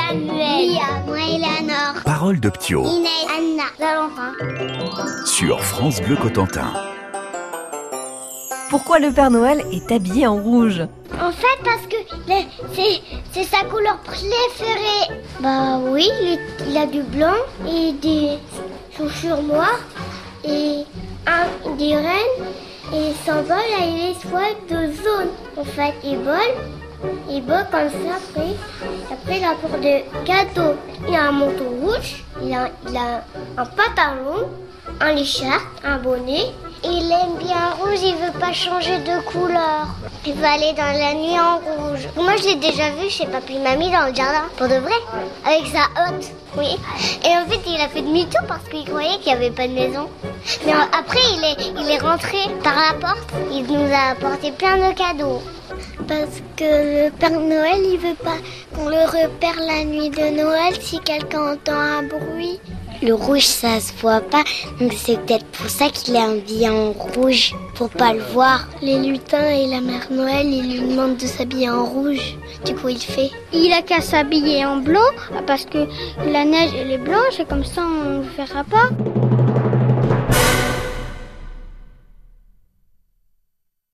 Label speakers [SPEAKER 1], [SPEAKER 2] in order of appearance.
[SPEAKER 1] Samuel, Lia, moi, Eleanor,
[SPEAKER 2] Parole de Ptio
[SPEAKER 1] Inès, Anna, Valentin.
[SPEAKER 2] sur France Bleu Cotentin.
[SPEAKER 3] Pourquoi le Père Noël est habillé en rouge
[SPEAKER 1] En fait, parce que le- c'est- c'est sa couleur préférée. Bah oui, il, est- il a du blanc et des chaussures noires et un, des rennes. Et son bol a une étoile de jaune. En fait, il vole. Il vole comme ça après. Après, il a pour de cadeaux. Il a un manteau rouge. Il a, il a un pantalon, un léchard, un bonnet. Il aime bien rouge, il veut pas changer de couleur. Il veut aller dans la nuit en rouge. Moi, je l'ai déjà vu chez papy et mamie dans le jardin, pour de vrai, avec sa hotte. Oui. Et en fait, il a fait demi-tour parce qu'il croyait qu'il n'y avait pas de maison. Mais euh, après, il est, il est rentré par la porte. Il nous a apporté plein de cadeaux. Parce que le Père Noël, il veut pas qu'on le repère la nuit de Noël si quelqu'un entend un bruit. Le rouge, ça se voit pas, donc c'est peut-être pour ça qu'il est habillé en rouge, pour pas le voir. Les lutins et la mère Noël, ils lui demandent de s'habiller en rouge, du coup il fait. Il a qu'à s'habiller en blanc, parce que la neige, elle est blanche, et comme ça on ne verra pas.